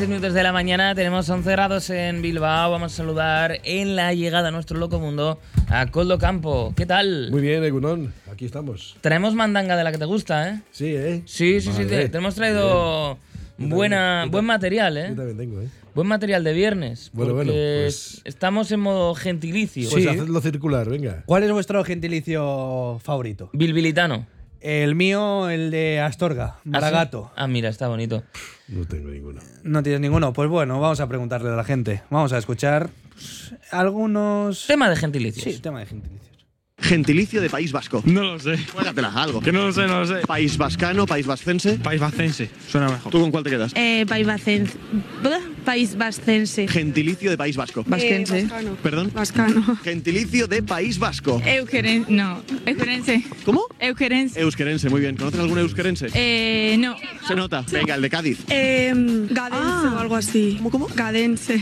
minutos de la mañana, tenemos 11 grados en Bilbao. Vamos a saludar en la llegada a nuestro loco mundo a Coldo Campo. ¿Qué tal? Muy bien, Egunón, aquí estamos. Traemos mandanga de la que te gusta, ¿eh? Sí, ¿eh? Sí, sí, sí, te, te hemos traído buena, buen material, ¿eh? Yo también tengo, ¿eh? Buen material de viernes. Bueno, porque bueno, es- Estamos en modo gentilicio. Pues Sí. hacedlo circular, venga. ¿Cuál es vuestro gentilicio favorito? Bilbilitano. El mío, el de Astorga, Maragato. Ah, mira, está bonito. No tengo ninguno. No tienes ninguno. Pues bueno, vamos a preguntarle a la gente. Vamos a escuchar pues, algunos. Tema de gentilicios. Sí, tema de gentilicios. Gentilicio de País Vasco. No lo sé. Juégatelas algo. Que no lo sé, no lo sé. País vascano, país vascense. País Bacense. Suena mejor. ¿Tú con cuál te quedas? Eh, país vascense. País vascense. Gentilicio de País Vasco. Vasquense. Eh, Perdón. Vascano. Gentilicio de País Vasco. Eugeren, no, eugerense. ¿Cómo? Eugerense. Eusquerense, muy bien. ¿Conoces algún eusquerense? Eh, no. Ah. Se nota. Venga, el de Cádiz. Em, gadense o algo así. ¿Cómo, cómo? Gadense.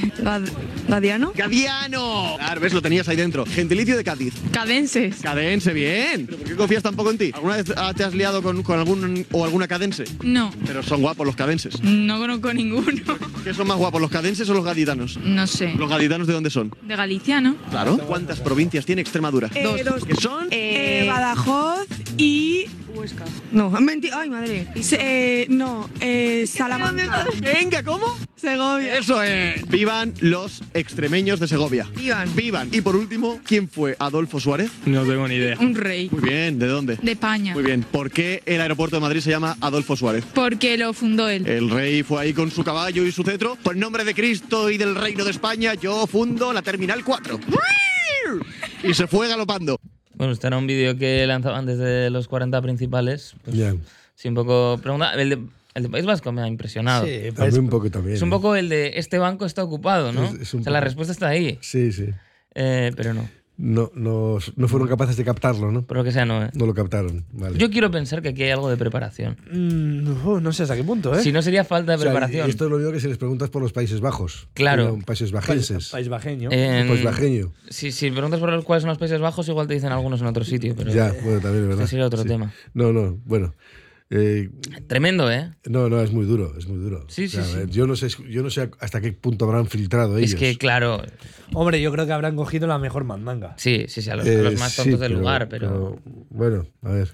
¿Gadiano? ¡Cadiano! Ah, ves, lo tenías ahí dentro. Gentilicio de Cádiz. Cadenses. Cadense, bien. ¿Pero por qué confías tampoco en ti? ¿Alguna vez ah, te has liado con, con algún o alguna cadense? No, Pero son guapos los cadenses. no conozco ninguno. ¿Qué son más guapos, los cadenses o los gaditanos? No sé. ¿Los gaditanos de dónde son? De Galicia, ¿no? Claro. ¿Cuántas provincias tiene Extremadura? Dos. ¿Qué son? Eh, Badajoz y. Huesca. No, han mentido. Ay, madre. Eh, no, eh, Salamanca. Venga, ¿cómo? Segovia. Eso es. Vivan los extremeños de Segovia. Vivan. Vivan. Y por último, ¿quién fue Adolfo Suárez? No tengo ni idea. Un rey. Muy bien, ¿de dónde? De España. Muy bien. ¿Por qué el aeropuerto de Madrid se llama Adolfo Suárez? Porque lo fundó él. El rey fue ahí con su caballo y su cetro. Por nombre de Cristo y del Reino de España, yo fundo la Terminal 4. Y se fue galopando. Bueno, este era un vídeo que lanzaban desde los 40 principales. Pues, Ya. sí, un poco pregunta. El de, el de País Vasco me ha impresionado. Sí, A mí pues, un poco también. Es un ¿eh? poco el de este banco está ocupado, ¿no? Es- es un o sea, la poco. respuesta está ahí. Sí, sí. Eh, pero no. No, no, no fueron capaces de captarlo, ¿no? Por lo que sea, no. eh. No lo captaron, vale. Yo quiero pensar que aquí hay algo de preparación. mm, no, no sé hasta qué punto, ¿eh? Si no, sería falta de O sea, preparación. esto es lo mismo que si les preguntas por los Países Bajos. Claro. Eran Países País, bajenses. país bajeño. En- Pues bajeño. Si, si preguntas por los cuáles son los Países Bajos, igual te dicen algunos en otro sitio. Pero Ya, bueno, también es verdad. este sería otro Sí. tema. No, no, bueno. Eh, Tremendo, ¿eh? no, no, es muy duro, es muy duro. Sí, sí, sí. Yo no sé, yo no sé hasta qué punto habrán filtrado ellos. Es que, claro, Hombre, yo creo que habrán cogido la mejor mandanga. sí, sí, sí, a los, a Eh, los más sí, tontos del pero- lugar, pero, Bueno, a ver.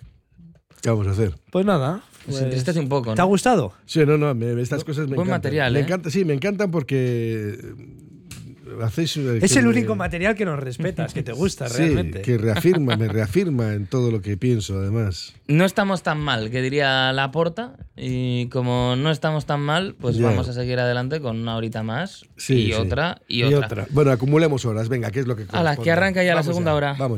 ¿Qué vamos a hacer? Pues nada. pues, pues, entristece un poco. ¿Te ha ¿no? gustado? Sí, no, no, me- estas cosas me Buen encantan. material, Me ¿eh? encanta, sí, me encantan porque eh, hacéis... eh, Es que el me- único material que nos respetas, que te gusta Sí, realmente. que reafirma, me reafirma en todo lo que pienso, además. No estamos tan mal, que diría la porta, y como no estamos tan mal, pues Ya. vamos a seguir adelante con una horita más, Sí, y sí. otra, y, Y otra. otra. Bueno, acumulemos horas, venga, ¿qué es lo que Ala, que corresponde? arranca ya la Vamos segunda hora. Vamos.